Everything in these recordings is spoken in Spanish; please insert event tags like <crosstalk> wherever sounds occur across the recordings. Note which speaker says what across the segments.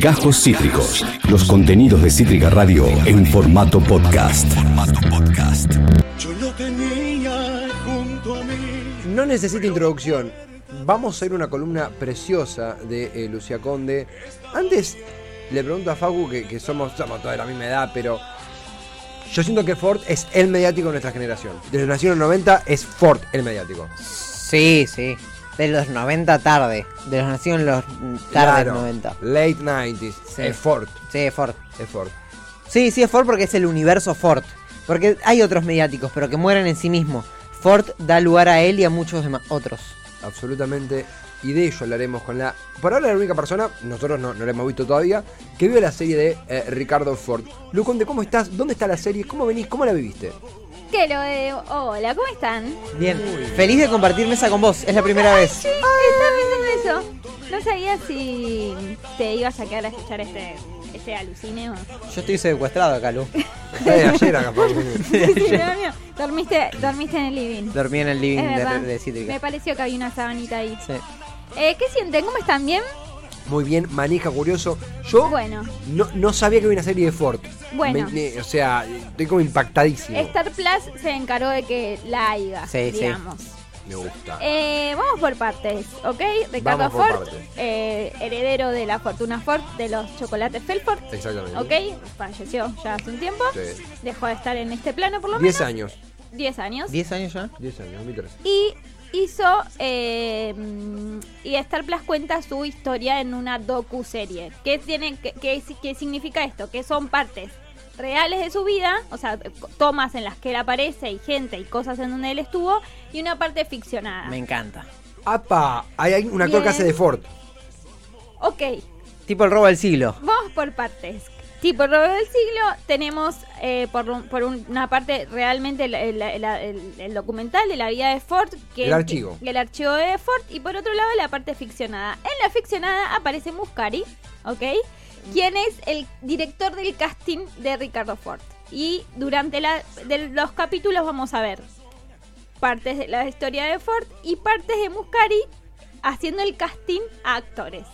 Speaker 1: Gajos Cítricos. Los contenidos de Cítrica Radio en formato podcast.
Speaker 2: Yo lo tenía junto a mí.
Speaker 3: No necesita introducción. Vamos a ir a una columna preciosa de eh, Lucía Conde. Antes le pregunto a Facu, que, que somos, somos todos de la misma edad, pero yo siento que Ford es el mediático de nuestra generación. Desde nació en los 90 es Ford el mediático.
Speaker 4: Sí, sí. De los 90 tarde. De los nacidos en los mm, tarde
Speaker 3: Claro,
Speaker 4: 90.
Speaker 3: Late 90s.
Speaker 4: Sí.
Speaker 3: Es Ford.
Speaker 4: Sí, Ford.
Speaker 3: Es Ford.
Speaker 4: Sí, sí, es Ford porque es el universo Ford. Porque hay otros mediáticos, pero que mueren en sí mismo. Ford da lugar a él y a muchos dema- otros.
Speaker 3: absolutamente. Y de ello hablaremos con la. Por ahora, la única persona, nosotros no, no la hemos visto todavía, que vio la serie de eh, Ricardo Ford. Luconde, ¿cómo estás? ¿Dónde está la serie? ¿Cómo venís? ¿Cómo la viviste?
Speaker 5: Que lo de. Hola, ¿cómo están?
Speaker 4: Bien. Feliz de compartir mesa con vos. Es la primera vez.
Speaker 5: Sí, estaba pensando eso. No sabía si te ibas a quedar a escuchar este,
Speaker 4: <laughs>
Speaker 5: este alucine o. <laughs>
Speaker 4: Yo estoy secuestrado acá, Lu.
Speaker 3: Eh, ayer acá, por ejemplo.
Speaker 5: Sí, no, no. este dormiste, dormiste en el living.
Speaker 4: Dormí en el living
Speaker 5: Es
Speaker 4: de,
Speaker 5: verdad.
Speaker 4: de Cítrica.
Speaker 5: Me pareció que había una sabanita ahí.
Speaker 4: Sí.
Speaker 5: Eh, ¿Qué sienten? ¿Cómo están? ¿Bien?
Speaker 3: Muy bien, manija, curioso. Yo
Speaker 5: Bueno.
Speaker 3: no, no sabía que había una serie de Ford.
Speaker 5: Bueno.
Speaker 3: Me- me- o sea, estoy como impactadísimo.
Speaker 5: Star Plus se encargó de que la haya,
Speaker 4: Sí, sí.
Speaker 5: digamos.
Speaker 3: Me gusta.
Speaker 5: Eh, vamos por partes, ¿ok?
Speaker 3: Vamos
Speaker 5: Ricardo
Speaker 3: por
Speaker 5: Ford,
Speaker 3: partes.
Speaker 5: eh, heredero de la fortuna Ford, de los chocolates Felford,
Speaker 3: Exactamente.
Speaker 5: ¿ok? Falleció ya hace un tiempo.
Speaker 3: Sí.
Speaker 5: Dejó de estar en este plano por lo
Speaker 3: 10
Speaker 5: menos.
Speaker 3: años.
Speaker 5: 10 años.
Speaker 4: ¿10 años ya?
Speaker 3: 10 años, 2013.
Speaker 5: Y hizo. eh, mm, y Star Plus cuenta su historia en una docu-serie. ¿Qué, tiene, qué, qué si- qué significa esto? Que son partes reales de su vida, o sea, co- tomas en las que él aparece y gente y cosas en donde él estuvo, y una parte ficcionada.
Speaker 4: Me encanta.
Speaker 3: ¡Apa! Hay hay un actor que
Speaker 5: Bien.
Speaker 3: hace de Ford.
Speaker 5: Ok,
Speaker 4: Tipo el robo del siglo.
Speaker 5: Vamos por partes. Tipo robo del siglo, tenemos eh, por, un- por un- una parte realmente el, el- el- el- el documental de la vida de Ford. Que,
Speaker 3: El archivo.
Speaker 5: que- el archivo de Ford. Y por otro lado, la parte ficcionada. En la ficcionada aparece Muscari, ¿ok? Quien es el director del casting de Ricardo Ford. Y durante la, de los capítulos vamos a ver partes de la historia de Ford y partes de Muscari haciendo el casting a actores.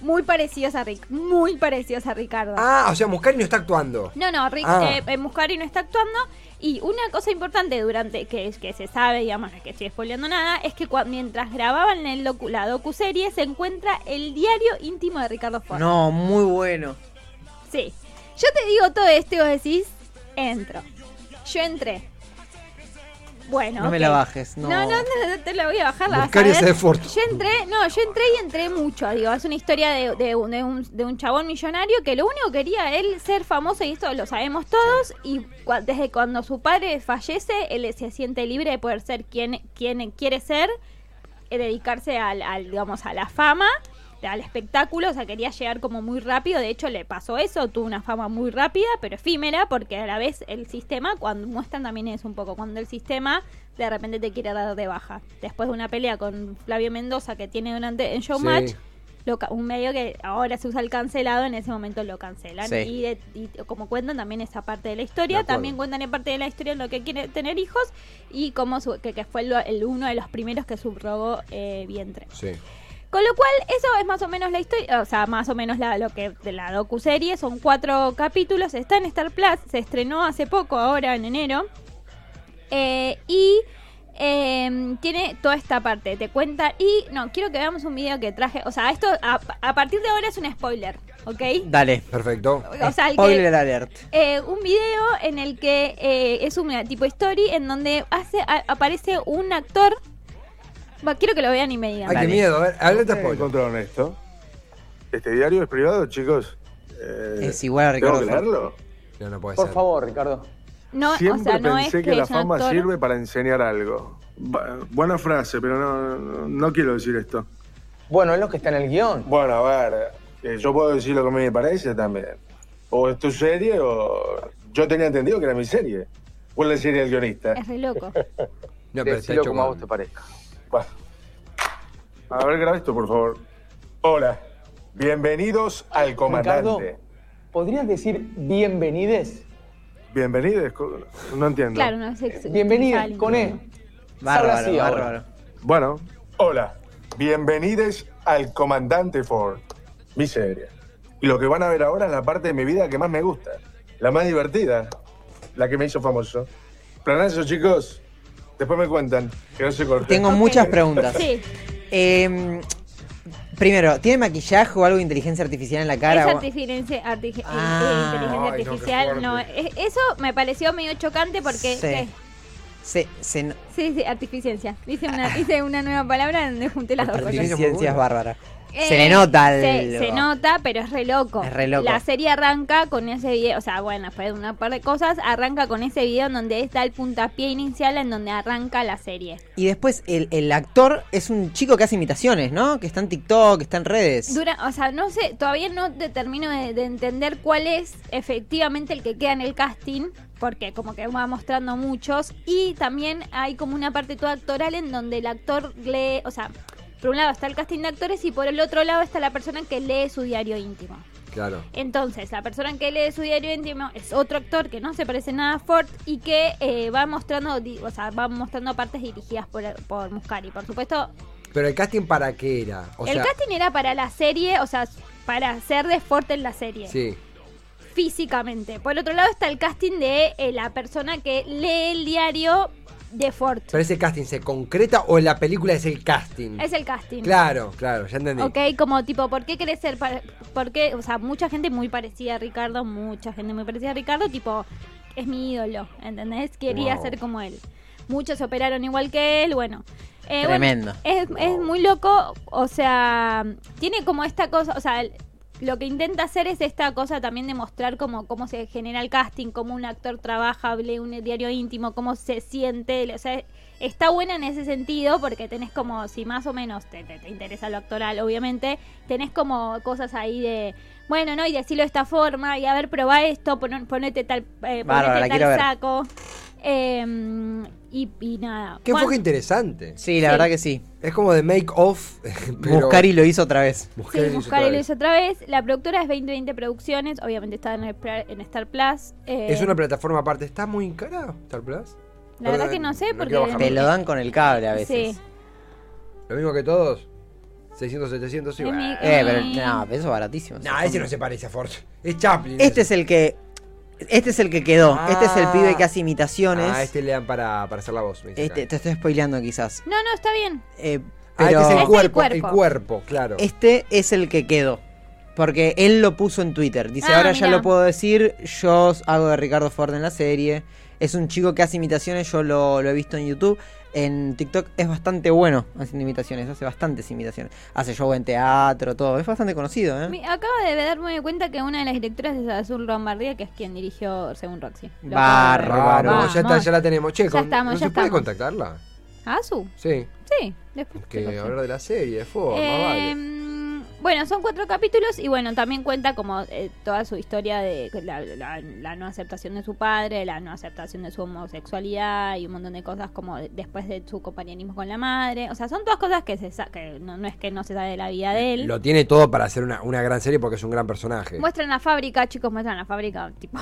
Speaker 5: Muy parecidos a Rick, muy parecidos a Ricardo.
Speaker 3: Ah, o sea, Muscari no está actuando.
Speaker 5: No, no, Rick,
Speaker 3: Ah.
Speaker 5: eh, eh, Muscari no está actuando. Y una cosa importante durante que, que se sabe, digamos, no es que estoy spoileando nada, es que cua- mientras grababan el docu- la docuserie se encuentra el diario íntimo de Ricardo Ford.
Speaker 4: No, muy bueno.
Speaker 5: Sí. Yo te digo todo esto y vos decís, entro. Yo entré. Bueno.
Speaker 4: No me
Speaker 5: ok.
Speaker 4: la bajes, no.
Speaker 5: No, no, no, no te la voy a bajar. La vas a
Speaker 3: Buscar
Speaker 5: ver.
Speaker 3: ese Ford.
Speaker 5: Yo entré, no, yo entré y entré mucho. Digo, es una historia de, de un, de un- de un chabón millonario que lo único que quería él ser famoso, y esto lo sabemos todos. Y cua- desde cuando su padre fallece, él se siente libre de poder ser quien, quien quiere ser, eh, dedicarse al, al, digamos, a la fama al espectáculo, o sea, quería llegar como muy rápido, de hecho le pasó eso, tuvo una fama muy rápida, pero efímera, porque a la vez el sistema, cuando muestran también es un poco, cuando el sistema de repente te quiere dar de baja. Después de una pelea con Flavio Mendoza que tiene durante en Showmatch,
Speaker 3: Sí.
Speaker 5: lo ca- un medio que ahora se usa el cancelado, en ese momento lo cancelan.
Speaker 4: Sí.
Speaker 5: Y, de- y como cuentan también esa parte de la historia,
Speaker 3: De acuerdo.
Speaker 5: también cuentan en parte de la historia en lo que quiere tener hijos y cómo su- que, que fue lo- el uno de los primeros que subrogó eh, vientre.
Speaker 3: Sí.
Speaker 5: Con lo cual, eso es más o menos la historia, o sea, más o menos la, lo que de la docuserie, son cuatro capítulos, está en Star Plus, se estrenó hace poco, ahora en enero, Eh, y eh, tiene toda esta parte, te cuenta, y no, quiero que veamos un video que traje, o sea, esto a, a partir de ahora es un spoiler, ¿ok?
Speaker 4: Dale.
Speaker 3: Perfecto.
Speaker 5: O sea, el que-
Speaker 4: Spoiler alert.
Speaker 5: eh, un video en el que eh, es un tipo story en donde hace a- aparece un actor, Bueno, quiero que lo vean y me digan.
Speaker 3: Ay, qué
Speaker 4: Dale.
Speaker 3: miedo. A ver, adelante
Speaker 6: ¿Ustedes
Speaker 3: spoiler.
Speaker 6: encontraron esto? ¿Este diario es privado, chicos? Eh,
Speaker 4: Es igual a
Speaker 6: ¿Tengo
Speaker 4: Ricardo
Speaker 6: que
Speaker 4: Ford.
Speaker 6: leerlo?
Speaker 3: No, no puede
Speaker 7: Por
Speaker 3: ser.
Speaker 7: favor, Ricardo.
Speaker 5: No,
Speaker 6: Siempre
Speaker 5: o sea, no
Speaker 6: pensé
Speaker 5: es
Speaker 6: que, la
Speaker 5: es un
Speaker 6: fama
Speaker 5: actor.
Speaker 6: sirve para enseñar algo. Bu- buena frase, pero no, no- no quiero decir esto.
Speaker 7: Bueno, es lo que está en el guión.
Speaker 6: Bueno, a ver, eh, yo puedo decir lo que a mí me parece también. O es tu serie o... Yo tenía entendido que era mi serie. O la serie del guionista.
Speaker 5: Es re
Speaker 6: <laughs>
Speaker 5: loco.
Speaker 3: No, pero está
Speaker 7: Decilo
Speaker 3: hecho
Speaker 7: como a
Speaker 3: con-
Speaker 7: vos te parezca.
Speaker 6: Bueno. A ver, graba esto, por favor. Hola. Bienvenidos al
Speaker 7: Ricardo,
Speaker 6: comandante.
Speaker 7: ¿podrías decir bienvenides?
Speaker 6: Bienvenidos. co- No entiendo.
Speaker 5: Claro, no sé.
Speaker 7: Bienvenides, con E. Salga
Speaker 4: Bárbaro,
Speaker 7: así ahora.
Speaker 4: bárbaro.
Speaker 6: Bueno. Hola. Bienvenidos al comandante Ford. Miseria. Y lo que van a ver ahora es la parte de mi vida que más me gusta, la más divertida, la que me hizo famoso. Planazo, chicos. Después me cuentan que no se cortó.
Speaker 4: Tengo muchas preguntas.
Speaker 5: Sí,
Speaker 4: Eh, primero, ¿tiene maquillaje o algo de inteligencia artificial en la cara?
Speaker 5: es
Speaker 4: o-
Speaker 5: artificial,
Speaker 4: Ah.
Speaker 5: eh, inteligencia
Speaker 3: Ay, no, qué
Speaker 5: artificial. No,
Speaker 3: fuerte.
Speaker 5: es- eso me pareció medio chocante porque...
Speaker 4: Sí.
Speaker 5: eh,
Speaker 4: Se, se,
Speaker 5: Sí, sí, artificiencia. Hice una, hice una nueva palabra donde junté las dos cosas.
Speaker 3: Artificio-
Speaker 4: Ciencias
Speaker 3: buena.
Speaker 4: bárbaras.
Speaker 5: Ah, Eh,
Speaker 4: se le nota el.
Speaker 5: Se, se nota, pero es re loco.
Speaker 4: Es re loco.
Speaker 5: La serie arranca con ese video, o sea, bueno, fue una par de cosas, arranca con ese video en donde está el puntapié inicial en donde arranca la serie.
Speaker 4: Y después el, el actor es un chico que hace imitaciones, ¿no? Que está en TikTok, que está en redes.
Speaker 5: Dura, o sea, no sé, todavía no te termino de, de entender cuál es efectivamente el que queda en el casting, porque como que va mostrando muchos, y también hay como una parte toda actoral en donde el actor lee, o sea, por un lado está el casting de actores y por el otro lado está la persona que lee su diario íntimo.
Speaker 3: Claro.
Speaker 5: Entonces, la persona que lee su diario íntimo es otro actor que no se parece nada a Ford y que eh, va mostrando, di- o sea, va mostrando partes dirigidas por, por Muscari. Por supuesto,
Speaker 3: Pero el casting para qué era? O
Speaker 5: el
Speaker 3: sea,
Speaker 5: casting era para la serie, o sea, para ser de Ford en la serie,
Speaker 3: sí.
Speaker 5: físicamente. Por otro lado está el casting de eh, la persona que lee el diario de Ford.
Speaker 3: Pero ese casting se concreta o en la película es el casting.
Speaker 5: Es el casting.
Speaker 3: Claro, claro, ya entendí.
Speaker 5: Ok, como tipo, ¿por qué querés ser? pa- ¿Por qué? O sea, mucha gente muy parecida a Ricardo, mucha gente muy parecida a Ricardo, tipo, es mi ídolo, ¿entendés? Quería
Speaker 3: Wow.
Speaker 5: ser como él. Muchos se operaron igual que él, bueno. Eh, bueno,
Speaker 4: Tremendo.
Speaker 5: es, es muy loco, o sea, tiene como esta cosa, o sea, el- lo que intenta hacer es esta cosa también de mostrar cómo, cómo se genera el casting, cómo un actor trabaja, lee un diario íntimo, cómo se siente, o sea, está buena en ese sentido porque tenés como, si más o menos te, te- te interesa lo actoral, obviamente, tenés como cosas ahí de, bueno, no, y decirlo de esta forma, y a ver, probá esto, pon- ponete tal, eh,
Speaker 4: Bárbara, la
Speaker 5: ponete
Speaker 4: quiero
Speaker 5: tal
Speaker 4: ver.
Speaker 5: saco. Em, y, y nada.
Speaker 3: Qué
Speaker 5: Bueno,
Speaker 3: enfoque interesante.
Speaker 4: Sí, la
Speaker 5: Sí.
Speaker 4: verdad que sí.
Speaker 3: Es como de make off. <laughs> pero-
Speaker 4: Buscar y lo hizo otra vez.
Speaker 5: Sí,
Speaker 3: Buscari lo hizo
Speaker 5: Buscari
Speaker 3: otra
Speaker 5: lo
Speaker 3: vez.
Speaker 5: hizo otra vez. La productora es 2020 Producciones, obviamente está en, el pra- en Star Plus. eh,
Speaker 3: Es una plataforma aparte. ¿Está muy cara Star Plus?
Speaker 5: La verdad que no sé,
Speaker 3: quiero
Speaker 5: porque-
Speaker 3: bajarme.
Speaker 4: Te lo dan con el cable a veces.
Speaker 5: Ah, Sí.
Speaker 3: ¿Lo mismo que todos? 600, 700, sí.
Speaker 5: Es
Speaker 3: bah.
Speaker 5: mi-
Speaker 4: Eh, pero
Speaker 5: Ah.
Speaker 4: no, pero eso es baratísimo.
Speaker 3: Nah, ese no se parece a Ford. Es Chaplin.
Speaker 4: Este es el que. Este es el que quedó. este es el
Speaker 3: Ah.
Speaker 4: pibe que hace imitaciones.
Speaker 3: Ah, este le dan para, para hacer la voz. me dice
Speaker 4: Este-
Speaker 3: acá.
Speaker 4: te estoy spoileando quizás.
Speaker 5: No, no, está bien.
Speaker 4: Eh,
Speaker 3: Ah,
Speaker 4: pero
Speaker 3: este es
Speaker 5: Es
Speaker 3: el
Speaker 5: el
Speaker 3: cuerpo. El
Speaker 5: cuerpo.
Speaker 3: cuerpo, claro.
Speaker 4: este es el que quedó. Porque él lo puso en Twitter. Dice,
Speaker 5: Ah,
Speaker 4: ahora ya
Speaker 5: mirá.
Speaker 4: lo puedo decir. Yo hago de Ricardo Ford en la serie. Es un chico que hace imitaciones. Yo lo, lo he visto en YouTube. En TikTok es bastante bueno haciendo imitaciones. Hace bastantes imitaciones. Hace show en teatro, todo. Es bastante conocido, ¿eh?
Speaker 5: Mi- Acabo de darme cuenta que una de las directoras es Azul Lombardía, que es quien dirigió Según Roxy. Lo acabo de ver.
Speaker 3: Bárbaro.
Speaker 5: Vamos.
Speaker 3: Ya, está, ya la tenemos. Che,
Speaker 5: Ya
Speaker 3: con-
Speaker 5: estamos,
Speaker 3: ¿no
Speaker 5: ya
Speaker 3: se puede
Speaker 5: estamos.
Speaker 3: contactarla?
Speaker 5: ¿Azul?
Speaker 3: Sí.
Speaker 5: Sí, después. te
Speaker 3: Que
Speaker 5: paso.
Speaker 3: hablar de la serie, de forma,
Speaker 5: Eh,
Speaker 3: vale.
Speaker 5: Bueno, son cuatro capítulos y bueno, también cuenta como eh, toda su historia de la, la- la no aceptación de su padre, la no aceptación de su homosexualidad y un montón de cosas como de- después de su compañerismo con la madre. O sea, son todas cosas que, se sa- que no, no es que no se sabe de la vida de él.
Speaker 3: Lo tiene todo para hacer una, una gran serie porque es un gran personaje.
Speaker 5: Muestran la fábrica, chicos, muestran la fábrica,
Speaker 3: <laughs>
Speaker 5: tipo,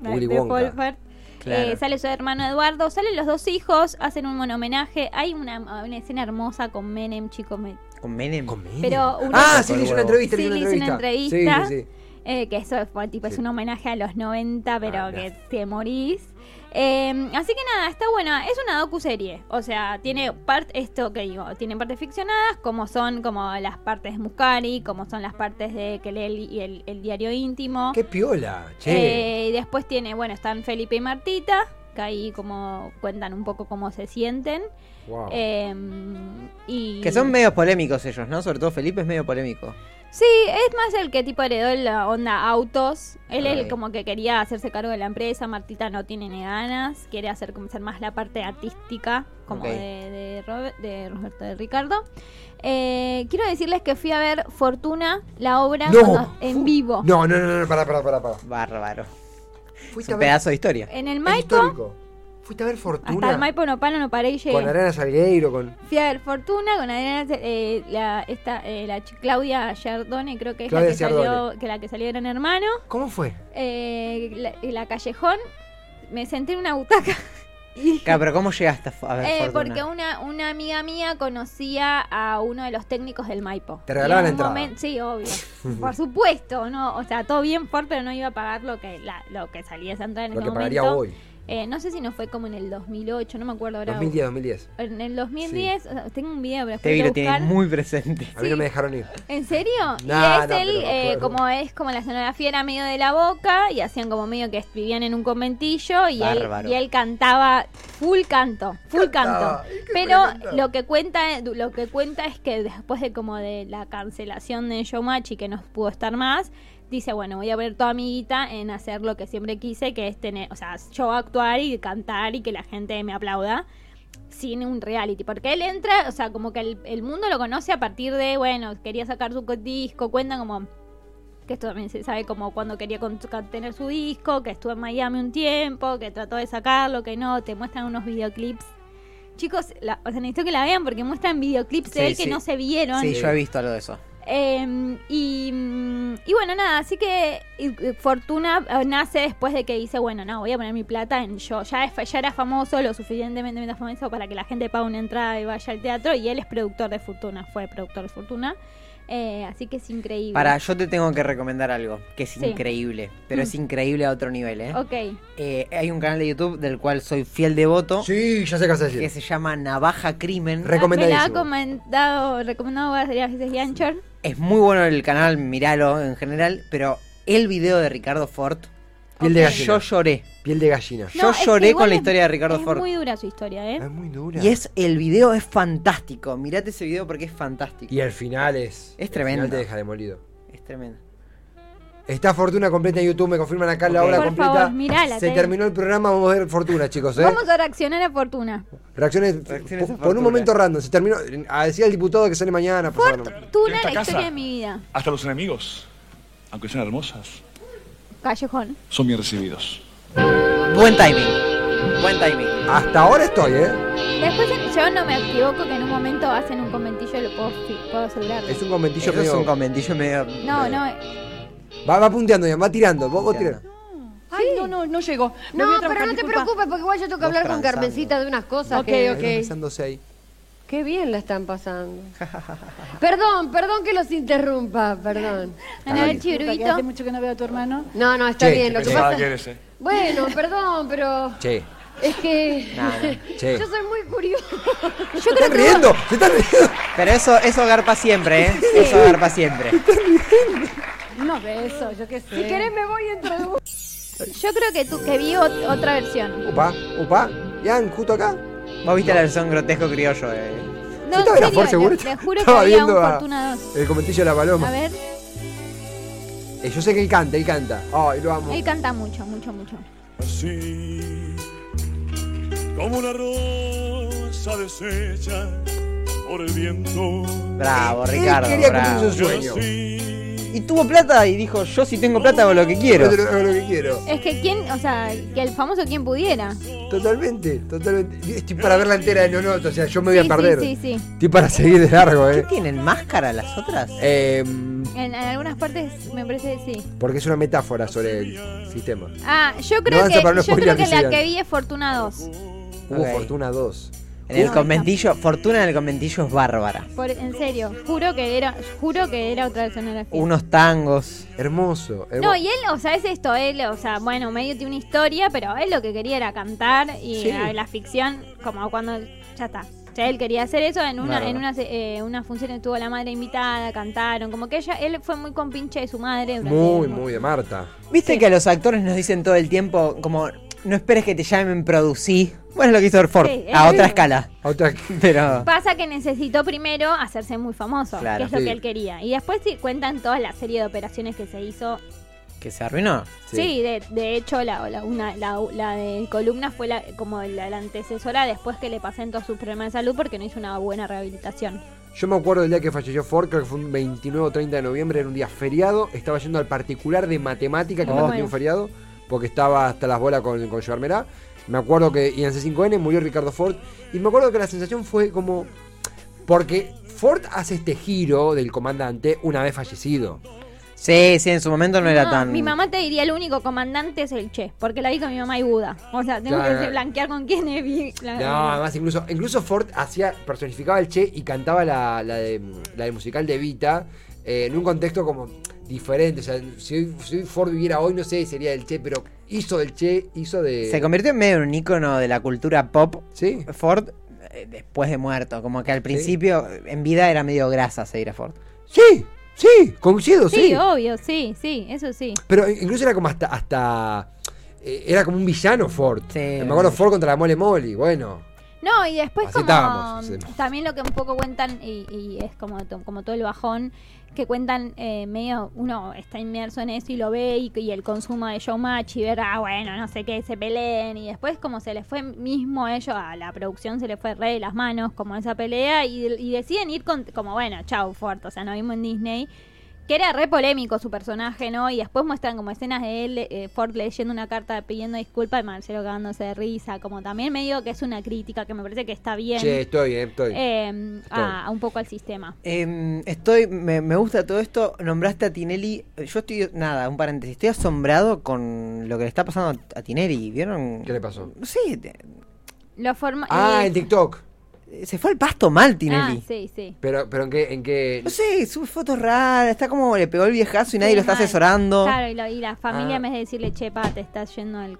Speaker 5: de-
Speaker 3: Willy
Speaker 5: de
Speaker 3: Wonka.
Speaker 5: Colbert.
Speaker 4: Claro.
Speaker 5: Eh, sale su hermano Eduardo, salen los dos hijos, hacen un monomenaje. Hay una, una escena hermosa con Menem, chicos. me-
Speaker 4: Con Menem.
Speaker 3: Comí.
Speaker 5: Pero uno-
Speaker 3: ah, sí, le hizo una entrevista.
Speaker 5: Sí,
Speaker 3: le
Speaker 5: le
Speaker 3: hizo una entrevista.
Speaker 5: entrevista.
Speaker 3: Sí, sí, sí.
Speaker 5: Eh, que eso fue, tipo, es
Speaker 3: Sí.
Speaker 5: un homenaje a los 90, pero
Speaker 3: Ah,
Speaker 5: que
Speaker 3: no.
Speaker 5: te morís. Eh, así que nada, está buena. Es una docuserie. O sea, tiene parte, esto que digo, tiene partes ficcionadas, como son como las partes de Muscari, como son las partes de que lee el, y el- el diario íntimo.
Speaker 3: Qué piola, che.
Speaker 5: Eh, y después tiene, bueno, están Felipe y Martita, que ahí como cuentan un poco cómo se sienten.
Speaker 3: wow.
Speaker 5: Eh, y
Speaker 4: Que son medios polémicos ellos, ¿no? Sobre todo Felipe es medio polémico.
Speaker 5: Sí, es más el que tipo heredó la onda autos. Él, él
Speaker 4: Ok.
Speaker 5: como que quería hacerse cargo de la empresa, Martita no tiene ni ganas, quiere hacer como ser más la parte artística, como
Speaker 4: Ok.
Speaker 5: de, de Robert- de Roberto de Ricardo. Eh, quiero decirles que fui a ver Fortuna, la obra cuando- en vivo.
Speaker 3: No, no, no, no, pará, pará, pará. pará.
Speaker 4: Bárbaro. Es
Speaker 3: Fuiste
Speaker 4: un pedazo de historia.
Speaker 5: En el
Speaker 3: es
Speaker 5: Maipo,
Speaker 3: histórico. Fuiste a ver
Speaker 5: hasta el
Speaker 3: Fortuna.
Speaker 5: Maipo no palo, no paré y llegué.
Speaker 3: Con Arana Salgueiro, con
Speaker 5: Fui a ver Fortuna con Adriana, eh, la, esta, eh, la chi- Claudia Giardone, creo que es
Speaker 3: Claudia
Speaker 5: la que salió,
Speaker 3: Giardone.
Speaker 5: que la que salió de Gran Hermano.
Speaker 3: ¿Cómo fue?
Speaker 5: Eh, la, la callejón, me senté en una butaca Y-
Speaker 4: Claro, pero ¿cómo llegaste a f- a ver
Speaker 5: Eh,
Speaker 4: Fortuna?
Speaker 5: porque una, una amiga mía conocía a uno de los técnicos del Maipo.
Speaker 3: Te regalaban
Speaker 5: Y en un
Speaker 3: la entrada.
Speaker 5: momen-
Speaker 3: <laughs>
Speaker 5: Sí, obvio. Por supuesto, no, o sea, todo bien Ford, pero no iba a pagar lo que la- lo que salía esa entrada en
Speaker 3: Lo
Speaker 5: ese
Speaker 3: que pagaría
Speaker 5: momento.
Speaker 3: hoy.
Speaker 5: Eh, no sé si no fue como en el 2008, no me acuerdo ahora.
Speaker 3: 2010, 2010.
Speaker 5: En el 2010, o sea, tengo un video, pero
Speaker 4: Te
Speaker 5: después
Speaker 4: vi,
Speaker 5: voy a
Speaker 4: lo tienes
Speaker 5: buscar.
Speaker 4: muy presente.
Speaker 3: A mí no me dejaron ir. <laughs>
Speaker 5: ¿En serio?
Speaker 3: Nah,
Speaker 5: y es
Speaker 3: no, pero
Speaker 5: el,
Speaker 3: me
Speaker 5: eh,
Speaker 3: acuerdo.
Speaker 5: como es como la escenografía era medio de la boca y hacían como medio que vivían en un conventillo y, él,
Speaker 4: Bárbaro.
Speaker 5: y él cantaba full canto, full
Speaker 3: Cantaba,
Speaker 5: canto.
Speaker 3: ¿y qué
Speaker 5: Pero
Speaker 3: cantaba?
Speaker 5: lo que cuenta lo que cuenta es que después de como de la cancelación de Showmatch y que no pudo estar más, dice, bueno, voy a ver toda mi guita en hacer lo que siempre quise, que es tener, o sea, yo actuar y cantar y que la gente me aplauda sin un reality, porque él entra, o sea, como que el, el mundo lo conoce a partir de, bueno, quería sacar su co- disco, cuenta como que esto también se sabe como cuando quería con- con- tener su disco, que estuvo en Miami un tiempo, que trató de sacarlo, que no, te muestran unos videoclips. Chicos, la, o sea, necesito que la vean porque muestran videoclips
Speaker 4: Sí,
Speaker 5: de él
Speaker 4: sí.
Speaker 5: que no se vieron.
Speaker 4: Sí, yo he visto algo de eso.
Speaker 5: Eh, y, mm, y bueno, nada, así que y- y Fortuna eh, nace después de que dice, bueno, no, voy a poner mi plata en yo. Ya, es, ya era famoso, lo suficientemente famoso para que la gente pague una entrada y vaya al teatro. Y él es productor de Fortuna, fue productor de Fortuna. Eh, así que es increíble.
Speaker 4: Para, yo te tengo que recomendar algo, que es increíble, pero es increíble a otro nivel, ¿eh?
Speaker 5: Mm. Ok.
Speaker 4: Eh, Hay un canal de YouTube del cual soy fiel devoto,
Speaker 3: Sí, ya sé qué vas a
Speaker 4: que
Speaker 3: decir.
Speaker 4: se llama Navaja Crimen.
Speaker 3: Re- Recomendadísimo.
Speaker 5: Ah, Me la ha comentado, recomendado varias veces Yanchor.
Speaker 4: Es muy bueno el canal, miralo en general, pero el video de Ricardo Ford,
Speaker 3: Piel de gallina.
Speaker 4: yo lloré.
Speaker 3: Piel de gallina. Ah,
Speaker 4: Yo lloré con la historia de Ricardo Ford.
Speaker 5: Es muy dura su historia, ¿eh?
Speaker 3: Es muy dura.
Speaker 4: Y es, el video es fantástico, mirate ese video porque es fantástico.
Speaker 3: Y el final es.
Speaker 4: Es tremendo.
Speaker 3: El final te deja demolido.
Speaker 4: Es tremendo.
Speaker 3: Está Fortuna completa en YouTube, me confirman acá la
Speaker 4: Ok.
Speaker 3: hora
Speaker 5: Por
Speaker 3: completa.
Speaker 5: favor, mirala,
Speaker 3: Se
Speaker 5: te-
Speaker 3: terminó el programa, vamos a ver Fortuna, chicos, ¿eh?
Speaker 5: Vamos a reaccionar a Fortuna.
Speaker 3: Reacciones,
Speaker 4: Reacciones a
Speaker 3: po- por
Speaker 4: Fortuna.
Speaker 3: un momento random, se terminó. A decir al diputado que sale mañana, por favor. no.
Speaker 5: Fortuna,
Speaker 8: En
Speaker 5: la
Speaker 8: esta
Speaker 5: historia
Speaker 8: casa.
Speaker 5: de mi vida.
Speaker 8: Hasta los enemigos, aunque sean hermosas,
Speaker 5: Callejón.
Speaker 8: son bien recibidos.
Speaker 4: Buen timing, buen timing.
Speaker 3: Hasta ahora estoy, ¿eh?
Speaker 5: Después en- yo no me equivoco que en un momento hacen un conventillo, lo puedo, fi- puedo asegurar.
Speaker 3: Es un conventillo
Speaker 4: Eso es
Speaker 3: medio-
Speaker 4: un comentillo medio...
Speaker 5: No, no,
Speaker 3: va, va punteando, ya, va tirando. Vos, vos tirando.
Speaker 9: Ay, no, no, no llegó. Me
Speaker 10: No,
Speaker 9: voy a trabajar,
Speaker 10: pero no te
Speaker 9: disculpa.
Speaker 10: preocupes, porque igual yo tengo que
Speaker 4: Vos
Speaker 10: hablar con
Speaker 4: transando.
Speaker 10: Carmencita de unas cosas
Speaker 9: Ok,
Speaker 10: que...
Speaker 9: ok.
Speaker 3: Empezándose ahí.
Speaker 10: Qué bien la están pasando. <laughs> perdón, perdón que los interrumpa, perdón.
Speaker 5: Ana, a ver,
Speaker 9: Disculpa, que hace
Speaker 5: Chirubito.
Speaker 9: mucho que no veo a tu hermano.
Speaker 10: No, no, está
Speaker 3: Che,
Speaker 10: bien, lo que
Speaker 3: che.
Speaker 10: pasa...
Speaker 8: eres, eh?
Speaker 10: Bueno, perdón, pero...
Speaker 3: Che.
Speaker 10: Es que... <laughs>
Speaker 3: Che.
Speaker 10: yo soy muy curiosa.
Speaker 3: ¡Se están riendo! ¡Se están riendo!
Speaker 4: Pero eso, eso garpa
Speaker 5: <laughs>
Speaker 4: siempre, ¿eh? Eso garpa siempre.
Speaker 9: No beso, yo qué sé.
Speaker 10: Si querés me voy dentro de vos.
Speaker 5: Yo creo que tú que vi ot- otra versión.
Speaker 3: Upa, upa. Ian, justo acá.
Speaker 4: Vos viste la versión grotesco criollo, eh.
Speaker 5: No, en
Speaker 3: estaba en la
Speaker 5: serio,
Speaker 3: Ford, seguro?
Speaker 5: le, le juro que
Speaker 3: Estaba
Speaker 5: había un
Speaker 3: viendo a-
Speaker 5: Fortuna 2.
Speaker 3: El conventillo de la paloma.
Speaker 5: A ver,
Speaker 3: Eh, yo sé que él canta, él canta. Ay, lo amo.
Speaker 5: él canta mucho, mucho, mucho.
Speaker 2: Así como una rosa deshecha por el viento.
Speaker 4: Bravo,
Speaker 3: Él
Speaker 4: Ricardo,
Speaker 3: quería
Speaker 4: bravo.
Speaker 3: cumplir su sueño.
Speaker 4: Y tuvo plata y dijo, yo si tengo plata hago lo que quiero.
Speaker 3: Yo hago lo que quiero.
Speaker 5: Es que quién, o sea, que el famoso quien pudiera.
Speaker 3: Totalmente, totalmente. Estoy para verla entera de Nonoto, o sea, yo me voy a
Speaker 5: Sí,
Speaker 3: perder.
Speaker 5: Sí, sí, sí.
Speaker 3: Estoy para seguir de largo,
Speaker 4: ¿Qué
Speaker 3: eh.
Speaker 4: tienen máscara las otras?
Speaker 3: Eh,
Speaker 5: En, en algunas partes me parece que sí.
Speaker 3: Porque es una metáfora sobre el sistema.
Speaker 5: Ah, yo creo
Speaker 3: No,
Speaker 5: que,
Speaker 3: para no
Speaker 5: yo creo
Speaker 3: spoilear,
Speaker 5: que la
Speaker 3: decían.
Speaker 5: que vi es Fortuna 2.
Speaker 3: Hubo
Speaker 4: Ok.
Speaker 3: Fortuna 2.
Speaker 4: En el conventillo, fortuna en el conventillo es bárbara.
Speaker 5: Por- en serio, juro que era, juro que era otra escenografía.
Speaker 4: Unos tangos.
Speaker 3: Hermoso, hermoso.
Speaker 5: No, y él, o sea, es esto, él, o sea, bueno, medio tiene una historia, pero él lo que quería era cantar y
Speaker 3: Sí.
Speaker 5: la, la ficción, como cuando ya está. O sea, él quería hacer eso en una,
Speaker 4: Bárbaro.
Speaker 5: en una, se- eh, una función que tuvo la madre invitada, cantaron, como que ella, él fue muy compinche de su madre. durante
Speaker 3: Muy,
Speaker 5: el-
Speaker 3: muy de Marta.
Speaker 4: Viste que a los actores nos dicen todo el tiempo, como, no esperes que te llamen, producí. Bueno, es lo que hizo Ford,
Speaker 5: Sí, es
Speaker 4: a otra
Speaker 5: verdad.
Speaker 4: escala.
Speaker 3: A Otra
Speaker 4: Pero...
Speaker 5: Pasa que necesitó primero hacerse muy famoso,
Speaker 4: Claro.
Speaker 5: que es lo
Speaker 3: Sí.
Speaker 5: que él quería. Y después sí, cuentan toda la serie de operaciones que se hizo.
Speaker 4: ¿Que se arruinó?
Speaker 5: Sí, de, de hecho, la, la- una, la, la de columna fue la, como la, la antecesora después que le pasen todos sus problemas de salud porque no hizo una buena rehabilitación.
Speaker 3: Yo me acuerdo del día que falleció Ford, creo que fue un 29 o 30 de noviembre, era un día feriado. Estaba yendo al particular de matemática, que
Speaker 5: Oh.
Speaker 3: me tenía un feriado, porque estaba hasta las bolas con, con llevármela. Me acuerdo que y en C5N murió Ricardo Ford. Y me acuerdo que la sensación fue como. Porque Ford hace este giro del comandante una vez fallecido.
Speaker 4: Sí, sí, en su momento no era
Speaker 5: No,
Speaker 4: tan.
Speaker 5: Mi mamá te diría el único comandante es el Che, porque la vi con mi mamá y Buda. O sea, tengo
Speaker 3: Claro.
Speaker 5: que blanquear con quién es vi- la-
Speaker 3: No, además incluso, incluso Ford hacía, personificaba al Che y cantaba la, la, de, la del musical de Vita eh, en un contexto como diferente. O sea, si, hoy- si hoy Ford viviera hoy, no sé, sería del Che, pero hizo del Che, hizo de...
Speaker 4: Se convirtió en medio en un ícono de la cultura pop
Speaker 3: Sí,
Speaker 4: Ford eh, después de muerto. Como que al principio, en vida era medio grasa seguir a Ford.
Speaker 3: sí, sí, coincido,
Speaker 5: Sí,
Speaker 3: sí.
Speaker 5: obvio, sí, sí, eso sí.
Speaker 3: Pero incluso era como hasta... hasta eh, era como un villano Ford.
Speaker 4: Sí.
Speaker 3: Me acuerdo Ford contra la Mole Moli, bueno.
Speaker 5: No, y después
Speaker 3: Así
Speaker 5: como
Speaker 3: estábamos, sí.
Speaker 5: también lo que un poco cuentan, y, y es como, to- como todo el bajón, que cuentan eh, medio, uno está inmerso en eso y lo ve, y, y el consumo de showmatch, y ver, ah, bueno, no sé qué, se peleen, y después como se les fue mismo a ellos, a la producción se les fue re de las manos, como esa pelea, y, y deciden ir con, como, bueno, chau, Ford, o sea, nos vimos en Disney, que era re polémico su personaje, ¿no? Y después muestran como escenas de él, eh, Ford leyendo una carta pidiendo disculpas y Marcelo cagándose de risa, como también medio que es una crítica que me parece que está bien
Speaker 3: Che, estoy bien, estoy.
Speaker 5: eh,
Speaker 3: Estoy.
Speaker 5: a, a un poco al sistema.
Speaker 4: Em, estoy, me, me gusta todo esto. Nombraste a Tinelli. Yo estoy, nada, un paréntesis. Estoy asombrado con lo que le está pasando a Tinelli. ¿Vieron?
Speaker 3: ¿Qué le pasó?
Speaker 4: No sé, te-
Speaker 5: Lo forma
Speaker 3: Ah,
Speaker 5: eh,
Speaker 3: en TikTok.
Speaker 4: se fue al pasto mal
Speaker 5: ah,
Speaker 4: Tinelli.
Speaker 5: sí, sí.
Speaker 3: Pero, pero en qué, en qué...
Speaker 4: No sé, sube fotos raras. Está como le pegó el viejazo y nadie
Speaker 5: Sí,
Speaker 4: lo está
Speaker 5: mal.
Speaker 4: asesorando.
Speaker 5: Claro, y, lo- y la familia
Speaker 3: Ah.
Speaker 5: en vez de decirle, chepa, te estás yendo al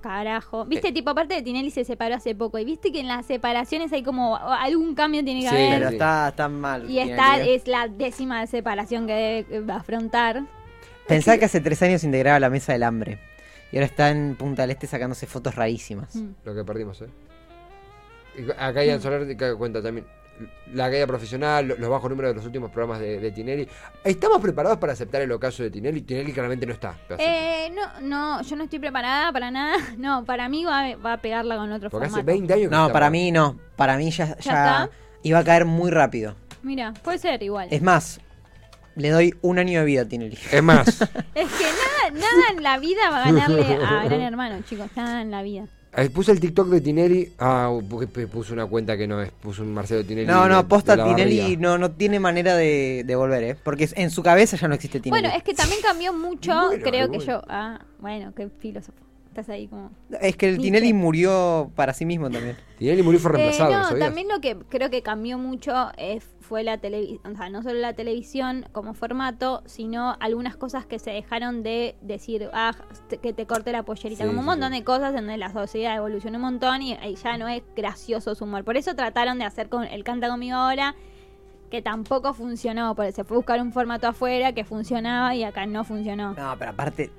Speaker 5: carajo. Viste,
Speaker 3: Eh.
Speaker 5: tipo, aparte de Tinelli se separó hace poco, y viste que en las separaciones hay como algún cambio tiene que
Speaker 3: Sí,
Speaker 5: haber.
Speaker 4: Pero
Speaker 3: sí.
Speaker 4: está, está mal.
Speaker 5: Y esta
Speaker 4: Tinelli. ¿eh?
Speaker 5: es la décima separación que debe eh, afrontar.
Speaker 4: Pensá que hace tres años integraba la mesa del hambre. Y ahora está en Punta del Este sacándose fotos rarísimas.
Speaker 5: Mm.
Speaker 3: Lo que perdimos, ¿eh? Y Acá Ian Soler te cae cuenta también. La caída profesional, lo- los bajos números de los últimos programas de, de Tinelli. ¿Estamos preparados para aceptar el ocaso de Tinelli? Tinelli claramente no está. pero acepta.
Speaker 5: Eh, no, no, yo no estoy preparada para nada. <laughs> No, para mí va, va a pegarla con otro
Speaker 3: Porque hace
Speaker 5: formato.
Speaker 3: 20 años que
Speaker 4: No,
Speaker 3: está
Speaker 4: para
Speaker 3: mal.
Speaker 4: mí no. Para mí ya, ya
Speaker 5: está?
Speaker 4: iba a caer muy rápido.
Speaker 5: Mira, puede ser igual.
Speaker 4: Es
Speaker 5: <laughs> Es,
Speaker 4: más, le doy un año de vida a Tinelli.
Speaker 3: Es
Speaker 4: <laughs>
Speaker 3: más,
Speaker 5: que nada, nada en la vida
Speaker 3: <laughs>
Speaker 5: va a ganarle a Gran Hermano, chicos. Nada en la vida.
Speaker 3: eh, puse el TikTok de Tinelli. Ah, porque p- puso una cuenta que no es. Puso un Marcelo Tinelli.
Speaker 4: No,
Speaker 3: de-
Speaker 4: no,
Speaker 3: de
Speaker 4: posta
Speaker 3: la
Speaker 4: Tinelli
Speaker 3: barriga.
Speaker 4: no, no tiene manera de, de volver, ¿eh? Porque en su cabeza ya no existe Tinelli.
Speaker 5: Bueno, es que también cambió mucho,
Speaker 3: Bueno,
Speaker 5: creo que
Speaker 3: bueno.
Speaker 5: yo. Ah, bueno, qué filósofo. Estás ahí como.
Speaker 4: Es que el
Speaker 5: Ni
Speaker 4: Tinelli
Speaker 5: que-
Speaker 4: murió para sí mismo también.
Speaker 3: Tinelli murió y fue reemplazado.
Speaker 5: Eh, no,
Speaker 3: ¿lo sabías?
Speaker 5: también lo que creo que cambió mucho eh, fue la televisión, o sea, no solo la televisión como formato, sino algunas cosas que se dejaron de decir, ah, te- que te corte la pollerita,
Speaker 3: Sí,
Speaker 5: como un
Speaker 3: sí,
Speaker 5: montón
Speaker 3: sí.
Speaker 5: de cosas en donde la sociedad evolucionó un montón y, y ya no es gracioso su humor. Por eso trataron de hacer con el Canta conmigo ahora, que tampoco funcionó, porque se fue a buscar un formato afuera que funcionaba y acá no funcionó.
Speaker 4: No, pero aparte,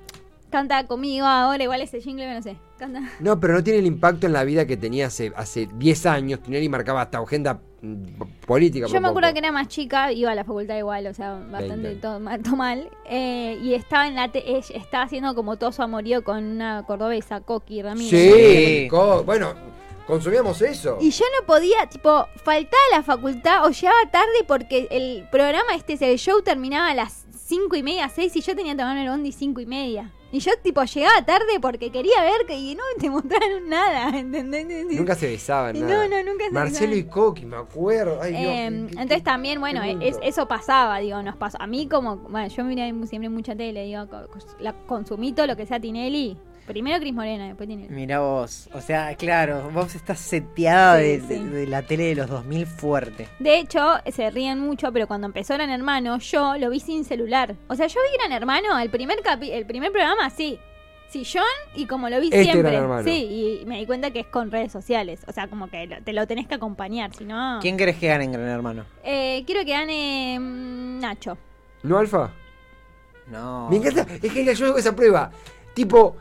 Speaker 5: Canta conmigo ahora, igual ese jingle, no sé. Canta.
Speaker 3: No, pero no tiene el impacto en la vida que tenía hace, hace 10 años. Tinelli marcaba hasta agenda mm, p- política.
Speaker 5: Yo
Speaker 3: por poco.
Speaker 5: me acuerdo que era más chica, iba a la facultad igual, o sea, bastante
Speaker 3: años.
Speaker 5: todo mal. todo mal, eh, y estaba en la te- eh, estaba haciendo como todo su amorío con una cordobesa, Coqui Ramírez.
Speaker 3: Sí,
Speaker 4: Sí.
Speaker 3: co- bueno, consumíamos eso.
Speaker 5: Y yo no podía, tipo, faltaba a la facultad o llegaba tarde porque el programa este, el show terminaba a las cinco y media, seis, y yo tenía que tomarme el bondi cinco y media. Y yo, tipo, llegaba tarde porque quería ver que y no te mostraron nada, <laughs> ¿entendés?
Speaker 3: Nunca se besaban,
Speaker 5: Y
Speaker 3: nada.
Speaker 5: no, no, nunca se
Speaker 3: Marcelo
Speaker 5: besaban.
Speaker 3: y Coqui, me acuerdo. Ay, Dios,
Speaker 5: Eh,
Speaker 3: qué- qué-
Speaker 5: entonces también, bueno,
Speaker 3: qué
Speaker 5: es-
Speaker 3: mundo.
Speaker 5: eso pasaba, digo, nos pasó. A mí como, bueno, yo miré siempre mucha tele, digo, co- cos- la consumí todo lo que sea Tinelli. Primero Cris Morena, después
Speaker 3: Mm.
Speaker 5: Tinelli.
Speaker 4: mira vos. O sea, claro, vos estás seteada
Speaker 5: Sí,
Speaker 4: de,
Speaker 5: sí.
Speaker 4: de- de la tele de los 2000 fuerte.
Speaker 5: De hecho, se ríen mucho, pero cuando empezó Gran Hermano, yo lo vi sin celular. O sea, yo vi Gran Hermano, el primer capi- el primer programa, sí. Sillón y como lo vi
Speaker 3: Este
Speaker 5: siempre.
Speaker 3: Gran Hermano.
Speaker 5: Sí, y me di cuenta que es con redes sociales. O sea, como que lo- te lo tenés que acompañar, si no.
Speaker 4: ¿Quién querés que gane en Gran Hermano?
Speaker 5: Eh, quiero que gane mm, Nacho.
Speaker 3: ¿No, Alfa?
Speaker 4: No.
Speaker 3: Me encanta. Es que yo hago esa prueba. Tipo,